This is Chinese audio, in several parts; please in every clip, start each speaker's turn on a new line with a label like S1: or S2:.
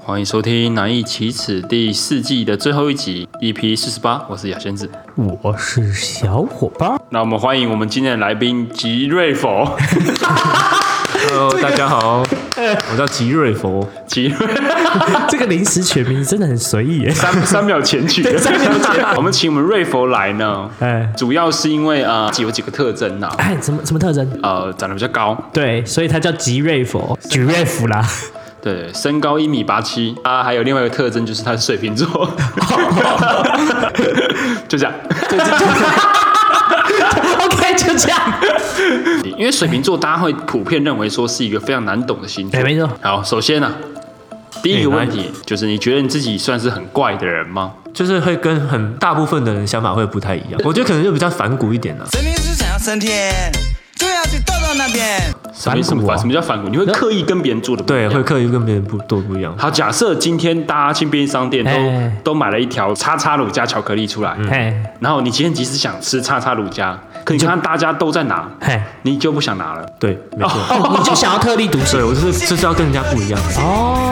S1: 欢迎收听《难易启齿》第四季的最后一集，EP 四十八，我是雅仙子。
S2: 我是小伙伴。
S1: 那我们欢迎我们今天的来宾吉瑞佛，
S3: Hello，大家好，我叫吉瑞佛，
S1: 吉 瑞。
S2: 这个临时取名真的很随意耶
S1: 三三秒前取的，
S2: 三秒前
S1: 我们请我们瑞佛来呢，
S2: 哎
S1: 主要是因为啊、呃有几个特征呐、
S2: 哎，什么什么特征？
S1: 呃，长得比较高，
S2: 对，所以他叫吉瑞佛，吉瑞福啦。
S1: 对，身高一米八七啊，还有另外一个特征就是他是水瓶 座， 就这样。
S2: OK，就这样。
S1: 因为水瓶座大家会普遍认为说是一个非常难懂的星座
S2: 哎，。没错，哎
S1: 好，首先呢、啊第一个问题就是你觉得你自己算是很怪的人吗？
S3: 就是会跟很大部分的人想法会不太一样，我觉得可能就比较反骨一点啦、
S4: 神明是想要升天，就要去豆豆那边。
S1: 什么什么
S2: 反骨啊
S1: 反什么叫反骨？你会刻意跟别人做的不一
S3: 对，
S1: 样
S3: 会。刻意跟别人不多不一样。
S1: 好，假设今天大家去便利商店
S2: 哎
S1: 都都买了一条叉叉乳加巧克力出来，
S2: 哎
S1: 然后你今天即使想吃叉叉乳加，可你看大家都在拿，
S2: 哎，
S1: 你就不想拿了。
S3: 对，没错，
S2: 哦，你就想要特立独行
S3: 对我就是就是要跟人家不一样。
S2: 哦。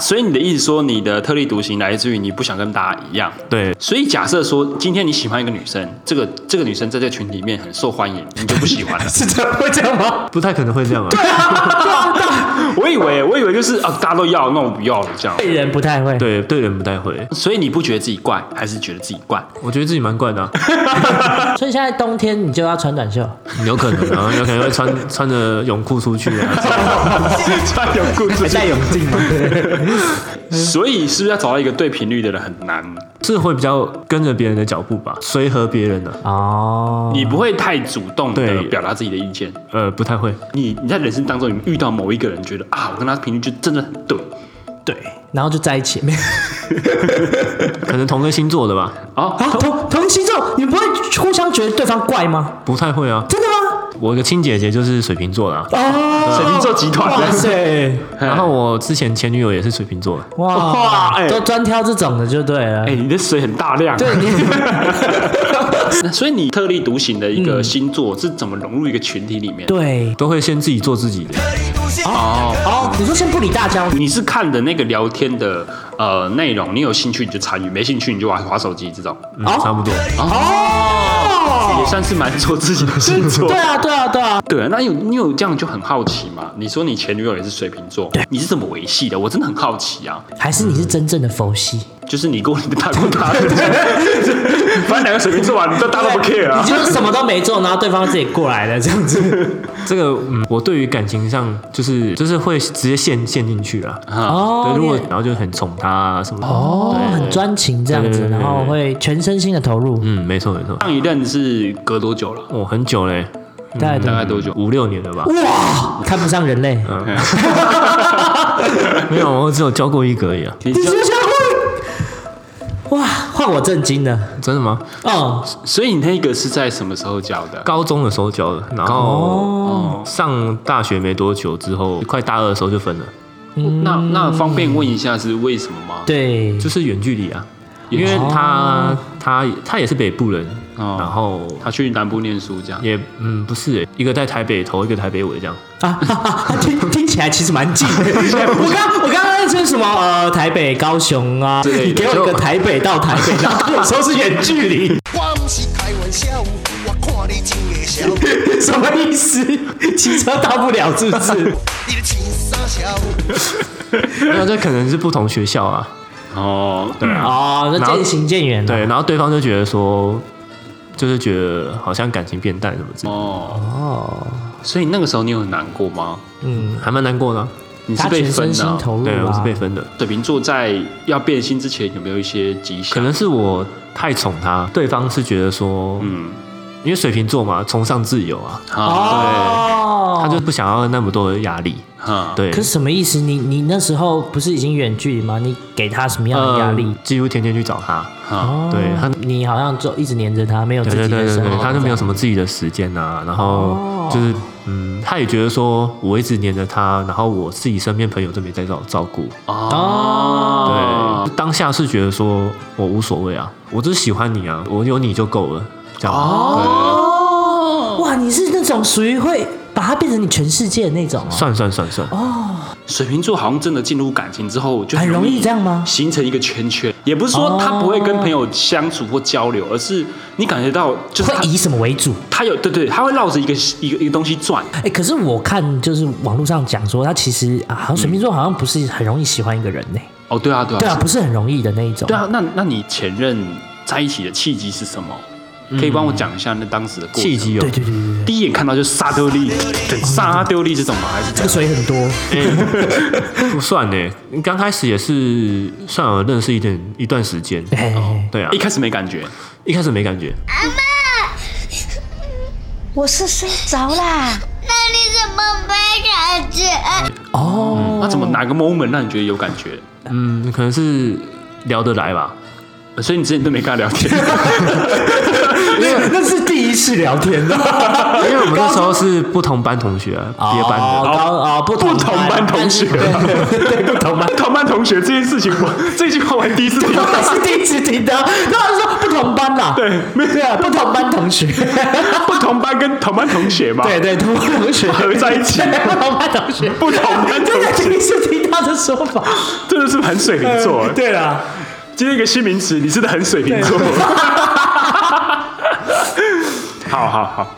S1: 所以你的意思说，你的特立独行来自于你不想跟大家一样。
S3: 对，
S1: 所以假设说，今天你喜欢一个女生，这个这个女生在这个群里面很受欢迎，你就不喜欢 了。
S2: 是这样会这样吗？
S3: 不太可能会这样啊。
S1: 我以为，我以为就是啊，大家都要，那我不要了这样。
S2: 对人不太会。
S3: 对，对人不太会，
S1: 所以你不觉得自己怪，还是觉得自己 怪？
S3: 我觉得自己蛮怪的、啊，
S2: 所以现在冬天你就要穿短袖。
S3: 有可能 啊，有可能会穿穿着泳裤出去啊。
S1: 穿泳裤出去，
S2: 戴泳镜吗？
S1: 所以是不是要找到一个对频率的人很难？
S3: 是会比较跟着别人的脚步吧，随和别人啊。
S2: 哦，
S1: 你不会太主动的
S3: 对
S1: 表达自己的意见。
S3: 呃，不太会，
S1: 你你在人生当中，你遇到某一个人，觉得啊，我跟他频率就真的很对
S2: 对，然后就在一起。没有
S3: 可能同个星座的吧，
S1: 啊，
S2: 啊，同同星座，你不会互相觉得对方怪吗？
S3: 不太会啊。
S2: 真的吗？
S3: 我有个亲姐姐就是水瓶座的、啊，
S2: 哦，
S1: 水瓶座集团
S2: 哇塞，
S3: 然后我之前前女友也是水瓶座的，
S2: 哇
S1: 哇哎
S2: 都专挑这种的就对了。
S1: 哎、你的水很大量。啊
S2: 对，你
S1: 那所以你特立独行的一个星座是怎么融入一个群体里面？，
S2: 对
S3: 都会先自己做自己的。
S1: 啊
S2: 哦，你说先不理大家，
S1: 你是看的那个聊天的呃内容，你有兴趣你就参与，没兴趣你就玩划手机这种，哦
S3: 嗯，
S2: 哦
S3: 差不多。哦
S1: 也算是蛮做自己的星座
S2: 对。啊，对啊，对啊，
S1: 对，那有你有这样就很好奇嘛？你说你前女友也是水瓶座，你是怎么维系的？我真的很好奇啊！
S2: 还是你是真正的佛系，
S1: 就是你跟我你的搭不搭的，反正两个水瓶座啊，你都搭都不 care 啊
S2: 你。就是什么都没做，然后对方自己过来的这样子。
S3: 这个，嗯，我对于感情上就是就是会直接陷陷进去啊。
S2: 哦
S3: 对，如果
S2: 你也
S3: 然后就很宠她啊什么的。
S2: 哦，
S3: 对
S2: 很。专情这样
S3: 对
S2: 子，
S3: 对对
S2: 然后会全身心的投入。
S3: 嗯，没错没错。
S1: 上一任是隔多久了？
S3: 我、哦、很久嘞，
S2: 大
S3: 嗯
S2: 概多
S1: 大概多久？
S3: 五六年了吧？
S2: 哇，看不上人类，
S3: 没有，我只有交过一个而已啊。
S1: 你
S2: 你
S1: 知道
S2: 是不是会？ 哇，换我震惊了。
S3: 真的吗？
S2: 哦，
S1: 所以你那个是在什么时候交的？
S3: 高中的时候交的，然
S1: 哦
S3: 后上大学没多久之后，快大二的时候就分了，
S1: 那那方便问一下是为什么吗？
S2: 对，
S3: 就是远距离啊。因为他他他也是北部人，
S1: 哦
S3: 然后
S1: 他去南部念书这样。
S3: 也嗯不是欸，一个在台北头，一个台北尾这样。
S2: 啊哈哈，听听起来其实蛮近 的。我刚我刚刚是什么呃，台北、高雄啊，
S1: 类的
S2: 你给我一个台北到台北，然后跟我说是远距 离，
S5: 我不是开玩笑，我看你真会笑，
S2: 什么意思？骑车到不了是不 是？
S5: 你咧穿啥笑？
S3: 那这可能是不同学校啊。
S1: 哦，对啊，
S2: 哦，那
S3: 然后
S2: 渐行渐远了。
S3: 对，然后对方就觉得说，就是觉得好像感情变淡什么之类的，
S1: 哦，所以那个时候你有很难过吗？
S3: 还蛮难过的啊、
S1: 你是
S2: 他
S1: 被
S2: 全身
S1: 分的
S2: 心
S1: 啊、
S2: 投入
S3: 对，我是
S2: 啊
S3: 被。分的，
S1: 水瓶座在要变心之前有没有一些迹
S3: 可
S1: 象？
S3: 能是我太宠他，对方是觉得说，
S1: 嗯，
S3: 因为水瓶座嘛，崇尚自由啊，
S1: 好，
S2: 哦，
S3: 他就不想要那么多的压力。
S1: 哈，
S3: 对，
S2: 可是什么意思？你你那时候不是已经远距离吗？你给他什么样的压力
S3: 呃？几乎天天去找他，
S1: 哈，
S2: 哦
S3: 对他
S2: 你好像就一直黏着他，没有自
S3: 对
S2: 己哦
S3: 对对
S2: 的
S3: 对
S2: 生
S3: 对，
S2: 活，
S3: 他就没有什么自己的时间啊，然
S2: 哦
S3: 后就是、嗯，他也觉得说我一直黏着他，然后我自己身边朋友都没在照照顾，
S1: 哦，
S3: 对，当下是觉得说我无所谓啊，我只是喜欢你啊，我有你就够了，这样。
S2: 哇，你是那种属于会把它变成你全世界的那种哦。
S3: 算算算算，
S1: 水瓶座好像真的进入感情之后，就
S2: 很容易这样吗
S1: 形成一个圈圈，也不是说他不会跟朋友相处或交流，而是你感觉到就是
S2: 会
S1: 他
S2: 以什么为主？
S1: 他有对对，他会绕着一个一个一个东西转，
S2: 哎、可是我看就是网络上讲说，他其实啊，好像水瓶座好像不是很容易喜欢一个人呢、
S1: 哦，对啊，对啊，
S2: 对啊，
S1: 是
S2: 不是很容易的那一种。
S1: 对啊，那那你前任在一起的契机是什么？可以帮我讲一下那当时的过程
S3: 契机哦
S2: 对，对对对对，
S1: 第一眼看到就沙丢力，对，沙丢力这种吗？还是
S2: 这个水很多，
S3: 不算呢。刚开始也是算有认识一点一段时间，
S2: 哎、
S3: 对啊
S1: 一，开始没感觉，
S3: 一开始没感觉，
S6: 我是睡着啦。那你怎么没感觉？
S2: 哦，
S1: 那怎么哪个 moment 让你觉得有感觉？
S3: 嗯，可能是聊得 来吧。
S1: 呃所以你之前都没跟他聊天，
S2: 那那是第一次聊 天的，
S3: 因为我们那时候是不同班同学啊，别班
S2: 哦
S3: 的，
S2: 高哦，不同
S1: 不同班同学
S2: 但是对对不同班。
S1: 同班同学这件事情，我 这句话我还第一次听 到。
S2: 我是第一次听到，那他说不同班啦，对，对啊，不同班同学，
S1: 不同班跟同班同学嘛，
S2: 对对，同班同 学
S1: 合在一起
S2: 对不同班同学，
S1: 不同班同
S2: 真的
S1: 学
S2: 第一次听到这说法，
S1: 真的是很水瓶座。
S2: 对啦，
S1: 今天一个新名词，你真的很水瓶座。 好好好，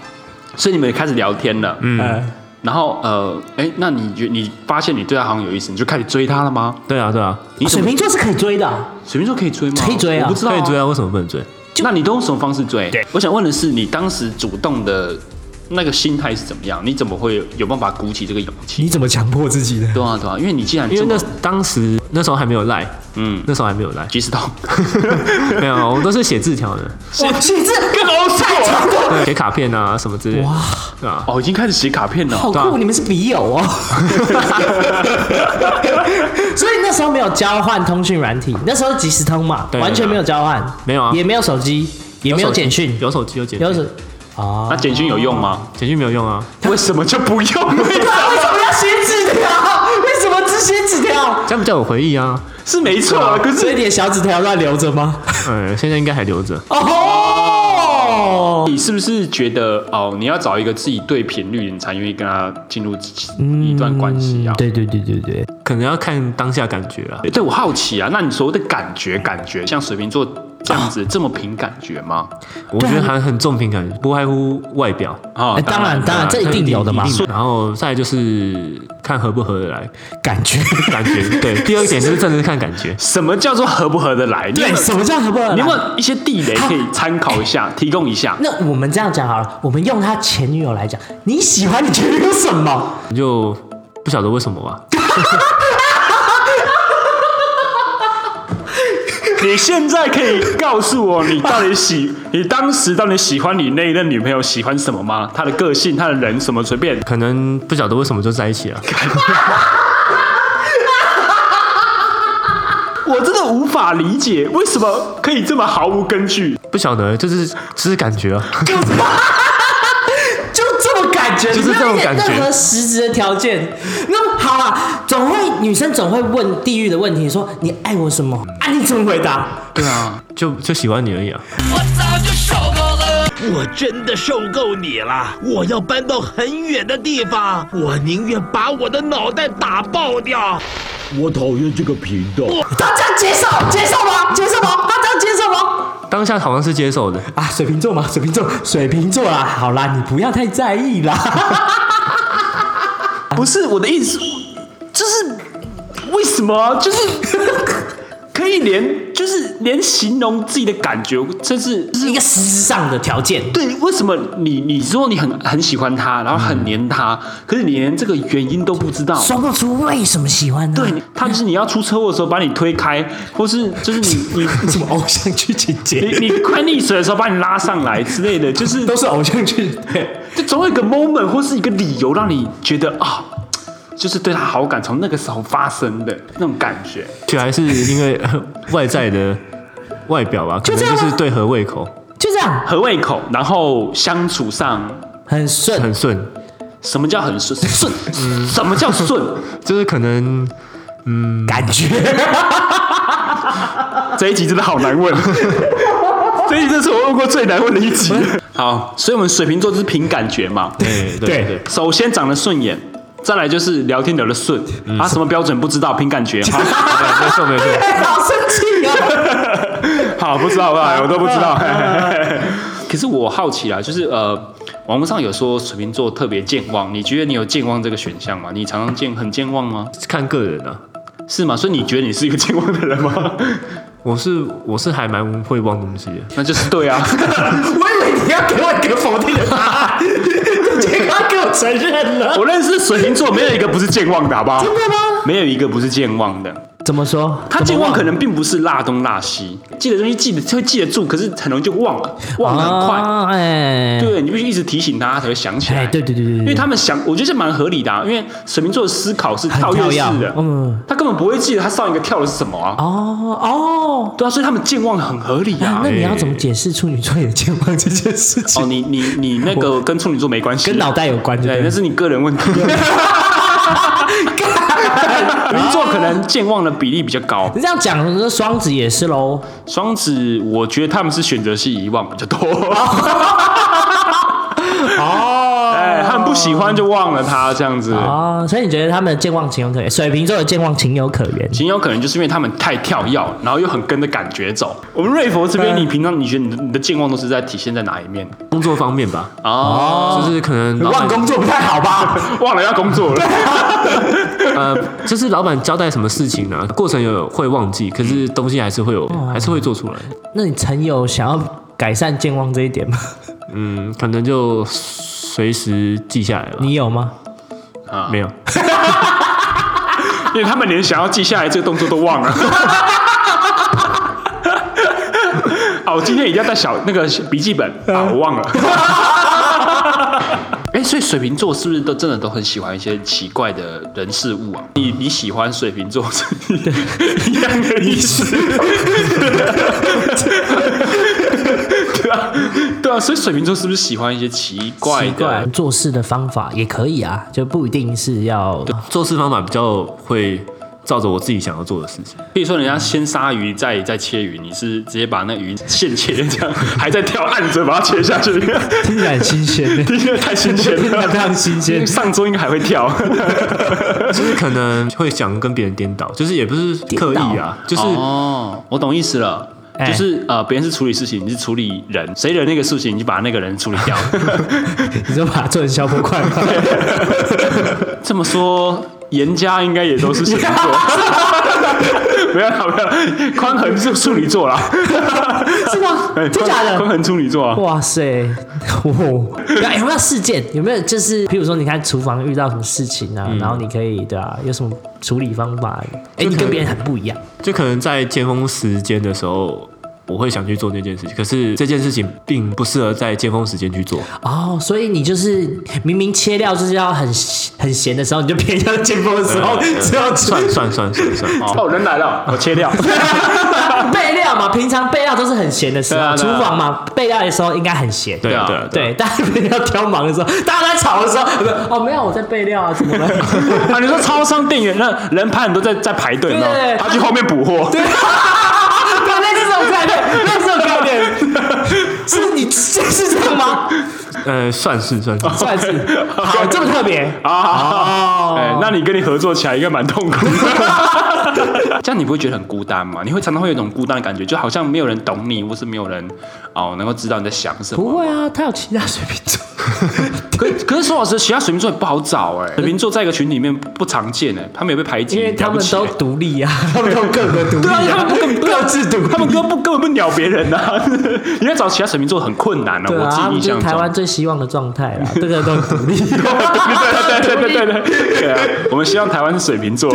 S1: 所以你们也开始聊天了，嗯，
S2: 嗯，
S1: 然后呃，哎，那你觉你发现你对他好像有意思，你就开始追他了吗？
S3: 对啊，对啊，
S1: 你怎
S2: 水
S1: 么
S2: 瓶座是可以追的啊，
S1: 水瓶座可以追吗？
S2: 哦可以追啊
S1: 我不知道、
S3: 可以追。啊，为什么不能追？
S1: 那你都用什么方式追？
S2: 对
S1: 我想问的是，你当时主动的那个心态是怎么样？你怎么会有办法鼓起这个勇气？
S2: 你怎么强迫自己的？
S1: 对啊对啊，因为你既然
S3: 因为
S1: 这么
S3: 那当时那时候还没有赖，
S1: 嗯，
S3: 那时候还没有 赖，
S1: 即时通，
S3: 没有，我们都是写字条的，
S2: 哇，写字更好太强了，
S3: 对写卡片啊什么之类的，对啊，
S1: 哦，已经开始写卡片了。
S2: 好
S3: 对
S2: 酷！
S3: 啊
S2: 你们是笔友 哦，所以那时候没有交换通讯软体，那时候即时通嘛，
S3: 对
S2: 完全没有交换，
S3: 没有啊
S2: 也没有手机，也没有
S3: 手机
S2: 简讯，
S3: 有手机有简
S2: 有
S3: 讯，
S2: 手啊
S1: 那，简讯有用吗？
S3: 简讯没有用啊，
S1: 为什么就不用？
S2: 他啊为什么要写纸条？为什么只写纸条？
S3: 这样比较有回忆啊。
S1: 是没错啊，可
S2: 所以
S1: 是
S2: 你的小纸条都还留着吗？
S3: 嗯，现在应该还留着。
S2: 哦，
S1: 你是不是觉得哦，你要找一个自己对频率，你才愿意跟他进入一段关系啊？
S2: 嗯对对对对对，
S3: 可能要看当下感觉啦。
S1: 对，对我好奇啊，那你所谓的感觉，感觉像水瓶座这样
S2: 啊
S1: 子、这么凭感觉吗？
S3: 我觉得还很重凭感觉，不外乎外表，
S1: 啊、
S2: 哎当然当然，这一定有的嘛
S3: 一，定然后再来就是看合不合得来，
S2: 感觉。
S3: 感觉。对，第二点就是真的是看感觉。
S1: 什么叫做合不合得来？你有没 有
S2: 对，什么叫合不合得来？
S1: 你有没有一些地雷可以参考一 下，提供一下？
S2: 那我们这样讲好了，我们用他前女友来讲，你喜欢你前女友什么？
S3: 你就不晓得为什么吧？
S1: 你现在可以告诉我，你到底喜，你当时到底喜欢你那一任女朋友喜欢什么吗？她的个性，她的人，什么随便。
S3: 可能不晓得为什么就在一起了。
S1: 我真的无法理解，为什么可以这么毫无根据？
S3: 不晓得，就是只是感觉啊。
S2: 就这么感觉，
S3: 就是这种感
S2: 你
S3: 觉
S2: 没有任何实质的条件。那好啦，总会女生总会问地狱的问题，说你爱我什么？啊，你怎么回答？
S1: 对啊，
S3: 就就喜欢你而已啊。
S7: 我真的受够你了！我要搬到很远的地方，我宁愿把我的脑袋打爆掉。我讨厌这个频道。
S2: 他这样接受，接受吗？接受吗？他这样接受吗？
S3: 当下好像是接受的，
S2: 啊，水瓶座嘛，水瓶座，水瓶座啦，好啦，你不要太在意啦。
S1: 不是我的意思，就是为什么啊就是 可以连就是连形容自己的感觉，这是
S2: 是一个实质上的条件，
S1: 对，为什么你你说你很很喜欢他，然后很黏他，可是你连这个原因都不知道？
S2: 说不出为什么喜欢他。
S1: 对，他就是你要出车祸的时候把你推开，或是就是你 你
S2: 什么偶像剧情节
S1: 你你快溺水的时候把你拉上来之类的，就是
S2: 都是偶像剧。对，
S1: 就总有一个 moment 或是一个理由让你觉得啊，就是对他好感从那个时候发生的那种感觉。
S3: 却还是因为 呃外在的外表吧，可能
S2: 这样啊
S3: 就
S2: 吗
S3: 是对合胃口
S2: 就这样，
S1: 合胃口，然后相处上，
S2: 很顺。
S3: 很顺，
S1: 什么叫很顺顺？
S2: 嗯
S1: 什么叫 顺？
S3: 就是可能
S2: 感觉
S1: 这一集真的好 难问，这一集真是我问过最难问的一
S2: 嗯
S1: 集。好，所以我们水瓶座就是凭感觉嘛。
S3: 对对
S2: 对
S3: 对，
S1: 首先长得顺眼，再来就是聊天聊得顺
S2: 嗯
S1: 啊，什么标准不知道，凭感 觉。好
S3: 对没错没错，
S2: 好生气哦！
S1: 好，不知道吧？我都不知 道。可是我好奇啦，就是呃，网络上有说水瓶座特别健忘，你觉得你有健忘这个选项吗？你常常健很健忘吗？
S3: 看个人啊。
S1: 是吗？所以你觉得你是一个健忘的人 吗？
S3: 我是我是还蛮会忘东西的，
S1: 那就是对 啊。
S2: 我以为你要给我一个否定的答 案，结果他给我承认了。
S1: 我认识水瓶座没有一个不是健忘的，好不好？真
S2: 的吗？
S1: 没有一个不是健忘的。
S2: 怎么说？
S1: 他健忘可能并不是落东落西，记得东西记得会记得住，可是很容易就忘了，忘得很快。
S2: 啊哎，
S1: 对，你必须一直提醒他，他才会想起来。
S2: 哎对对对对对
S1: 因为他们想，我觉得这蛮合理的、啊，因为水瓶座的思考是跳跃
S2: 很
S1: 式
S2: 跳跃
S1: 的，
S2: 嗯，
S1: 他根本不会记得他上一个跳的是什么啊。
S2: 哦哦，
S1: 对啊，所以他们健忘很合理啊。
S2: 哎那你要怎么解释处女座有健忘这件事情？
S1: 哦，你你你那个跟处女座没关系，啊
S2: 跟脑袋有关就对
S1: 对，那是你个人问题。 水瓶座可能健忘的比例比较高，
S2: 你这样讲，那双子也是喽。
S1: 双子我觉得他们是选择性遗忘比较多。
S2: 哦
S1: 哎，他们不喜欢就忘了他这样子，
S2: 哦，所以你觉得他们的健忘情有可原？水瓶座的健忘情有可原？
S1: 情有可能就是因为他们太跳跃，然后又很跟着感觉走。我们瑞佛这边，你平常你觉得你的你的健忘都是在体现在哪一面？
S3: 工作方面吧，
S1: 哦，
S3: 就是可能老板
S2: 忘工作不太好吧？
S1: 忘了要工作了。
S3: 呃， 就是老板交代什么事情呢、过程有会忘记，可是东西还是会有，还是会做出来。
S2: 那你曾有想要改善健忘这一点吗？
S3: 嗯，可能就随时记下来了。
S2: 你有吗？
S3: 没有？
S1: 因为他们连想要记下来这个动作都忘了。 好，我今天一定要带小那个笔记本啊，我忘 了。哎、所以水瓶座是不是都真的都很喜欢一些奇怪的人事物啊？你你喜欢水瓶座是 一样的意思，对啊，对啊，所以水瓶座是不是喜欢一些奇怪
S2: 奇怪
S1: 的？
S2: 做事的方法也可以啊，就不一定是 要
S3: 做事方法比较会照着我自己想要做的事情。
S1: 比如说人家先杀鱼再再切鱼，你是直接把那鱼现切，这样还在跳按着把它切下去，
S2: 听起来很新鲜
S1: 听起来太新鲜
S2: 听起来
S1: 了，
S2: 非常新鲜
S1: 上周应该还会跳，
S3: 就是可能会想跟别人颠倒，就是也不是刻意啊，就是
S1: 哦， 我懂意思了。
S2: 哎
S1: 就是呃，别人是处理事情，你是处理人，谁惹那个事情，你就把那个人处理掉。
S2: 你就把它做成消波 块吗？
S1: 这么说，严家应该也都是水瓶座， 没有啦，没有啦，宽恒是处女座啦，
S2: 是吗
S1: 哎？
S2: 真假
S1: 宽
S2: 的？
S1: 恒处女座啊，
S2: 哇塞！ 哦，有没有事件？有没有就是，譬如说，你看厨房遇到什么事情啊，然后你可以对啊，有什么处理方法？哎，你跟别人很不一样。
S3: 就可能在尖峰时间的时候。我会想去做那件事情，可是这件事情并不适合在尖峰时间去做。
S2: 哦，所以你就是明明切料就是要很很咸的时候，你就偏要尖峰的时候
S3: 哦
S2: 只要吃
S3: 算算算算算，
S1: 哦，人来了，我切掉。
S2: 备料嘛，平常备料都是很咸的时
S1: 对
S2: 候，
S1: 啊
S2: 厨
S1: 对啊
S2: 房嘛备料的时候应该很咸。
S3: 对啊对啊，
S2: 对，大家要挑忙的时候，大家在吵的时候，不是哦，没有我在备料啊，怎么了？
S1: 啊，你说超商店员那人排很多在在排队，
S2: 对
S1: 你知道吗
S2: 对对
S1: 他去后面补货，
S2: 对，那是这种概念，那是这种概念，是你是是这样吗？
S3: 呃，算是算是。
S2: 算是好，这么特别，
S1: 啊，
S2: 哦
S1: 哎，那你跟你合作起来应该蛮痛苦 的。这样你不会觉得很孤单吗？你会常常会有一种孤单的感觉，就好像没有人懂你，或是没有人哦能够知道你在想什么。
S2: 不会啊，他有其他水瓶座，
S1: 可可是说老实，其他水瓶座也不好找哎，水瓶座在一个群体里面不不常见哎，他们也被排挤，
S2: 因为他
S1: 了不
S2: 们
S1: 起
S2: 都
S1: 哎
S2: 独立啊，他们都各个独立
S1: 对啊， 他
S2: 啊，
S1: 们不
S2: 各自独立
S1: 他。们根本不根本不鸟别人呐、啊， 你要找其他水瓶座很困难哦、
S2: 对
S1: 我
S2: 啊，
S1: 自
S2: 他
S1: 己
S2: 们
S1: 印
S2: 就是
S1: 象中
S2: 台。湾最希望的状态啦，这个都独立，
S1: 对对对对对对啊，我们希望台湾是水瓶座。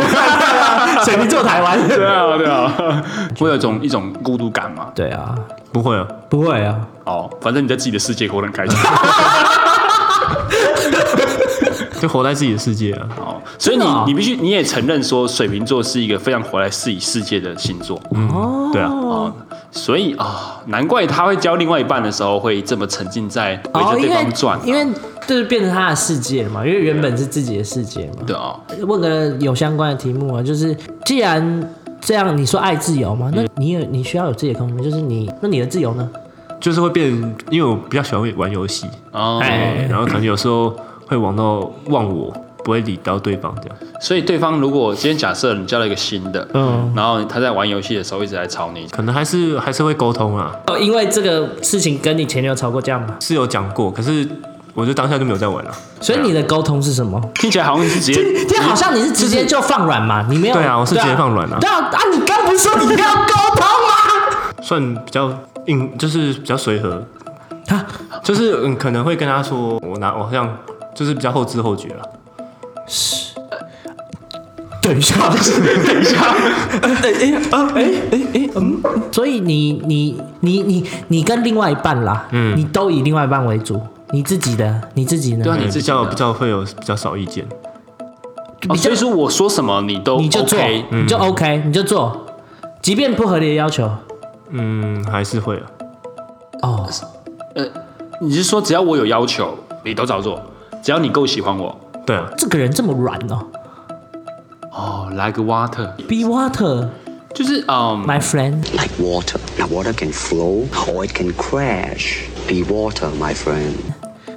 S2: 水瓶座台湾。
S1: 对啊，对啊，会有一种一种孤独感嘛。
S2: 对啊，
S3: 不会啊，
S2: 不会啊，
S1: 哦，反正你在自己的世界活得很开心。
S3: 就活在自己的世界啊。
S1: 哦，所以你
S2: 真的哦
S1: 你必须你也承认说水瓶座是一个非常活在自己世界的星座。
S3: 嗯，对啊，
S1: 哦，所以啊、难怪他会交另外一半的时候会这么沉浸在围
S2: 哦，
S1: 着
S2: 因
S1: 对
S2: 为
S1: 方转、
S2: 因为就是变成他的世界了嘛，因为原本是自己的世界嘛。
S1: 对哦，
S2: 问个有相关的题目啊，就是既然这样，你说爱自由嘛，
S3: 嗯
S2: 那你有你需要有自己的空间，就是你那你的自由呢？
S3: 就是会变，因为我比较喜欢玩游戏，
S1: 哦，
S3: 哎，然后可能有时候会玩到忘我，不会理到对方这样。
S1: 所以对方如果今天假设你交了一个新的，嗯，然后他在玩游戏的时候一直在吵你，
S3: 可能还是还是会沟通啊，
S2: 哦，因为这个事情跟你前女友吵过架嘛，
S3: 是有讲过，可是我就当下就没有再玩了。
S2: 所以你的沟通是什么？
S1: 听起来好像是直接
S2: 这好像你是直接就放软嘛，你没有
S3: 啊对啊我是直接放软啊
S2: 对啊，啊你刚不是说你要沟通吗？
S3: 算比较硬，就是比较随和， 就是嗯可能会跟他说，我拿我好像就是比较后知后觉了。
S2: 等一下，等一下，哎哎哎哎嗯，所以你你你你你跟另外一半啦，嗯，你都以另外一半为主，你自己的你自己呢？
S1: 对啊
S3: 嗯
S1: 你自己
S3: 比
S1: 呢
S3: 较比较会有比较少意见，
S1: 哦，所以说我说什么你都
S2: 你就做
S1: OK，嗯
S2: 你就 OK，你就做，即便不合理的要求，
S3: 嗯，还是会啊。
S2: 哦，
S1: 你是说只要我有要求，你都照做，只要你够喜欢我。
S3: 对啊，
S2: 这个人这么软哦
S1: 哦，来个 water，
S2: ，Be water，my
S1: 就是嗯，
S2: friend。
S8: Like water. Now, water can flow or it can crash. Be water, my friend.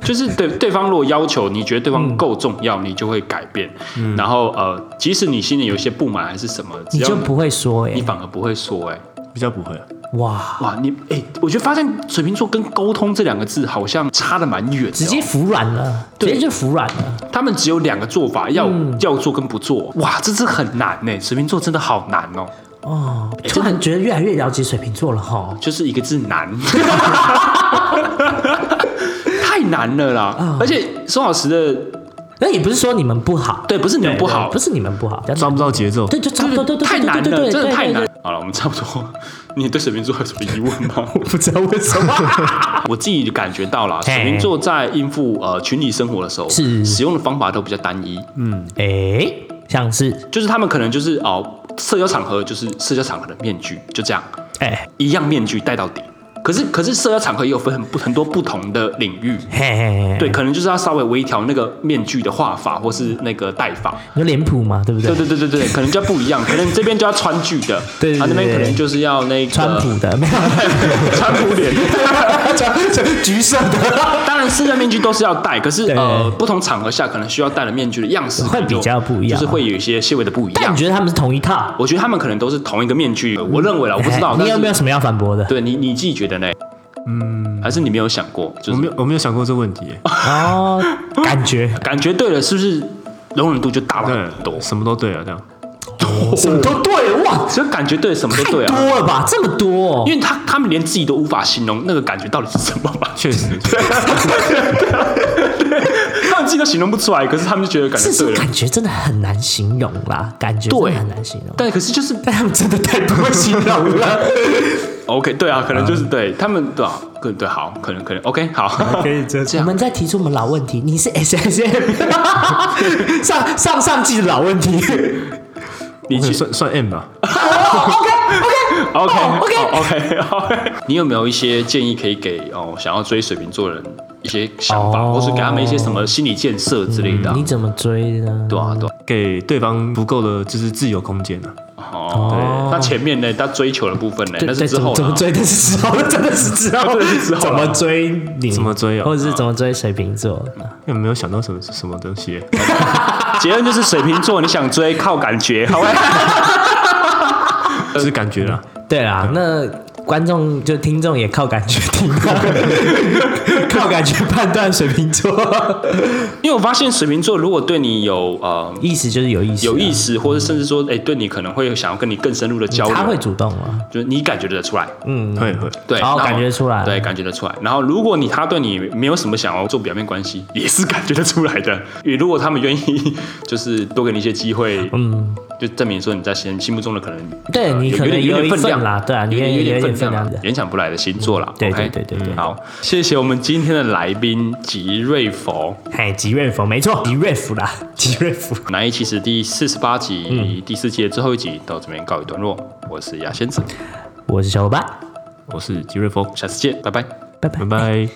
S1: 就是对对方如果要求你觉得对
S2: 嗯
S1: 方够重要，你就会改变。然后呃，即使你心里有一些不满还是什么，只
S2: 你
S1: 要
S2: 就不会说哎、
S1: 你反而不会说、哎，
S3: 比较不会
S2: 嗯
S3: 啊。
S2: 哇，
S1: 哇，你哎、我觉得发现水瓶座跟沟通这两个字好像差的蛮远的哦、
S2: 直接服软了，直
S1: 对
S2: 接就服软了。
S1: 他们只有两个做法，要、
S2: 嗯
S1: 要做跟不做。哇，这是很难呢、水瓶座真的好难哦、
S2: 哦，突然觉得越来越了解水瓶座了哈。
S1: 就是一个字 难，太难了啦。
S2: 啊
S1: 而且说老实的，
S2: 那也不是说你们不好，
S1: 对，不是你们不好，
S2: 不是你们不好，
S3: 抓不到节奏，
S2: 对，就差不多，对对对，
S1: 太难
S2: 对
S1: 了，
S2: 对对
S1: 真的太。
S2: 对
S1: 难
S2: 对。
S1: 好了，我们差不多。 你对水瓶座有什么疑问 吗？
S2: 不知道为什 么，
S1: 我自己感觉到啦，
S2: 嘿
S1: 水瓶座在应付呃群体生活的时候，
S2: 是嗯
S1: 使用的方法都比较单一，
S2: 哎，像是
S1: 就是他们可能就是哦、社交场合就是社交场合的面具，就这样
S2: 哎
S1: 一样面具戴到底。可是可是社交场合也有分很不很多不同的领域，
S2: 嘿嘿，嘿
S1: 对，，可能就是要稍微微调那个面具的画法或是那个戴法。
S2: 有脸谱嘛，对不对
S1: 对？对对对对，可能就不一样，可能这边就要川剧的，
S2: 对对对
S1: 啊那边可
S2: 对
S1: 能就是要那个
S2: 川普
S1: 呃
S2: 的，没有
S1: 川普脸。
S2: 川 橘色的，
S1: 当然，社交面具都是要戴，可是
S2: 对
S1: 呃，不同场合下可能需要戴的面具的样式
S2: 会比较不一样
S1: 就是会有一些些微的不一
S2: 但
S1: 样
S2: 你。觉得他们是同一套？
S1: 我觉得他们可能都是同一个面具，我认为啦，我不知道
S2: 哎。
S1: 但
S2: 你
S1: 是
S2: 有没有什么要反驳的？
S1: 对你你自己觉得呢？嗯，还是你没有想过？就
S3: 我没
S1: 是
S3: 有我没有想过这问题耶。
S2: 哦，感觉
S1: 感觉对了，是不是容忍度就大了很多
S2: 嗯
S3: 对，？什么都对啊，这样。
S2: 什么都对，哇，
S1: 只要感觉对了，什么都
S2: 太
S1: 哦对啊。
S2: 多了吧？这么多哦
S1: 因，为他他们连自己都无法形容那个感觉到底是什么吧，
S3: 确实，
S1: 他们自己都形容不出来，可是他们就觉得感
S2: 这
S1: 觉对
S2: 种
S1: 了。
S2: 感觉真的很难形容啦，感觉真的
S1: 对
S2: 很难形容。
S1: 但可是就是
S2: 但他们真的太不会形容了。
S1: OK，对啊，可能就是对他们对啊，可对好，可能可能 OK 好，
S2: 可以这样。我们再提出我们老问题，你是 S S M，上上上季的老问题。
S1: 你
S3: 我可能
S1: 去
S3: 算算 M 吧。
S1: OK
S2: 哦，OK
S1: OK OK，你有 没有一些建议可以给哦想要追水瓶座的人一些想法，
S2: 哦嗯
S1: 或是给他们一些什么心理建设之类的啊？
S2: 你怎么追呢？
S1: 对啊对啊，
S3: 给对方不够的就是自由空间啊。
S1: 哦对，那前面呢，他追求的部分呢，
S2: 对
S1: 那
S2: 对
S1: 是之
S2: 怎么
S1: 后
S2: 怎么
S1: 呢？
S2: 追？但是之后 真的是之后，
S1: 的是之后
S2: 怎么追你？
S3: 怎么追啊
S2: 或者是怎么追水瓶座？
S3: 有没有想到什么什么东西？
S1: 结论就是水瓶座，你想追靠感觉，好吧？ 呃
S3: 就是感觉啦，
S2: 对啊，那观众就听众也靠感觉听啊，靠感觉判断水瓶座，
S1: 因为我发现水瓶座如果对你有呃
S2: 意思就是有意思啊，
S1: 有意思，或者甚至说，哎、对你可能会想要跟你更深入的交流，
S2: 他会主动啊。
S1: 就是你感觉得出来，
S3: 会会。
S1: 嗯对，
S2: 哦
S1: 然后
S2: 感觉出来
S1: 对，感觉得出来。然后如果你他对你没有什么想要做表面关系，也是感觉得出来的。也如果他们愿意， 就是多给你一些机会，嗯，就证明说你在心心目中的可能，
S2: 对
S1: 呃
S2: 你
S1: 有
S2: 可能
S1: 有点有
S2: 有一
S1: 点分量
S2: 份啦对啊你
S1: 有点
S2: 也
S1: 点
S2: 有点
S1: 分
S2: 分量
S1: 量
S2: 的
S1: 勉强不来的星座啦。
S2: 对
S1: OK？
S2: 对对对对
S1: 嗯好，谢谢我们今天的来宾吉瑞佛。
S2: 嗨，吉瑞福，哦没错，吉瑞福啦，吉瑞福。
S1: 那一其实第四十八集、
S2: 嗯
S1: 第四季的最后一集到这边告一段落。我是牙仙子，
S2: 我是小伙伴，
S3: 我是吉瑞峰，
S1: 下次见，拜拜。
S2: 拜拜
S3: 拜。拜。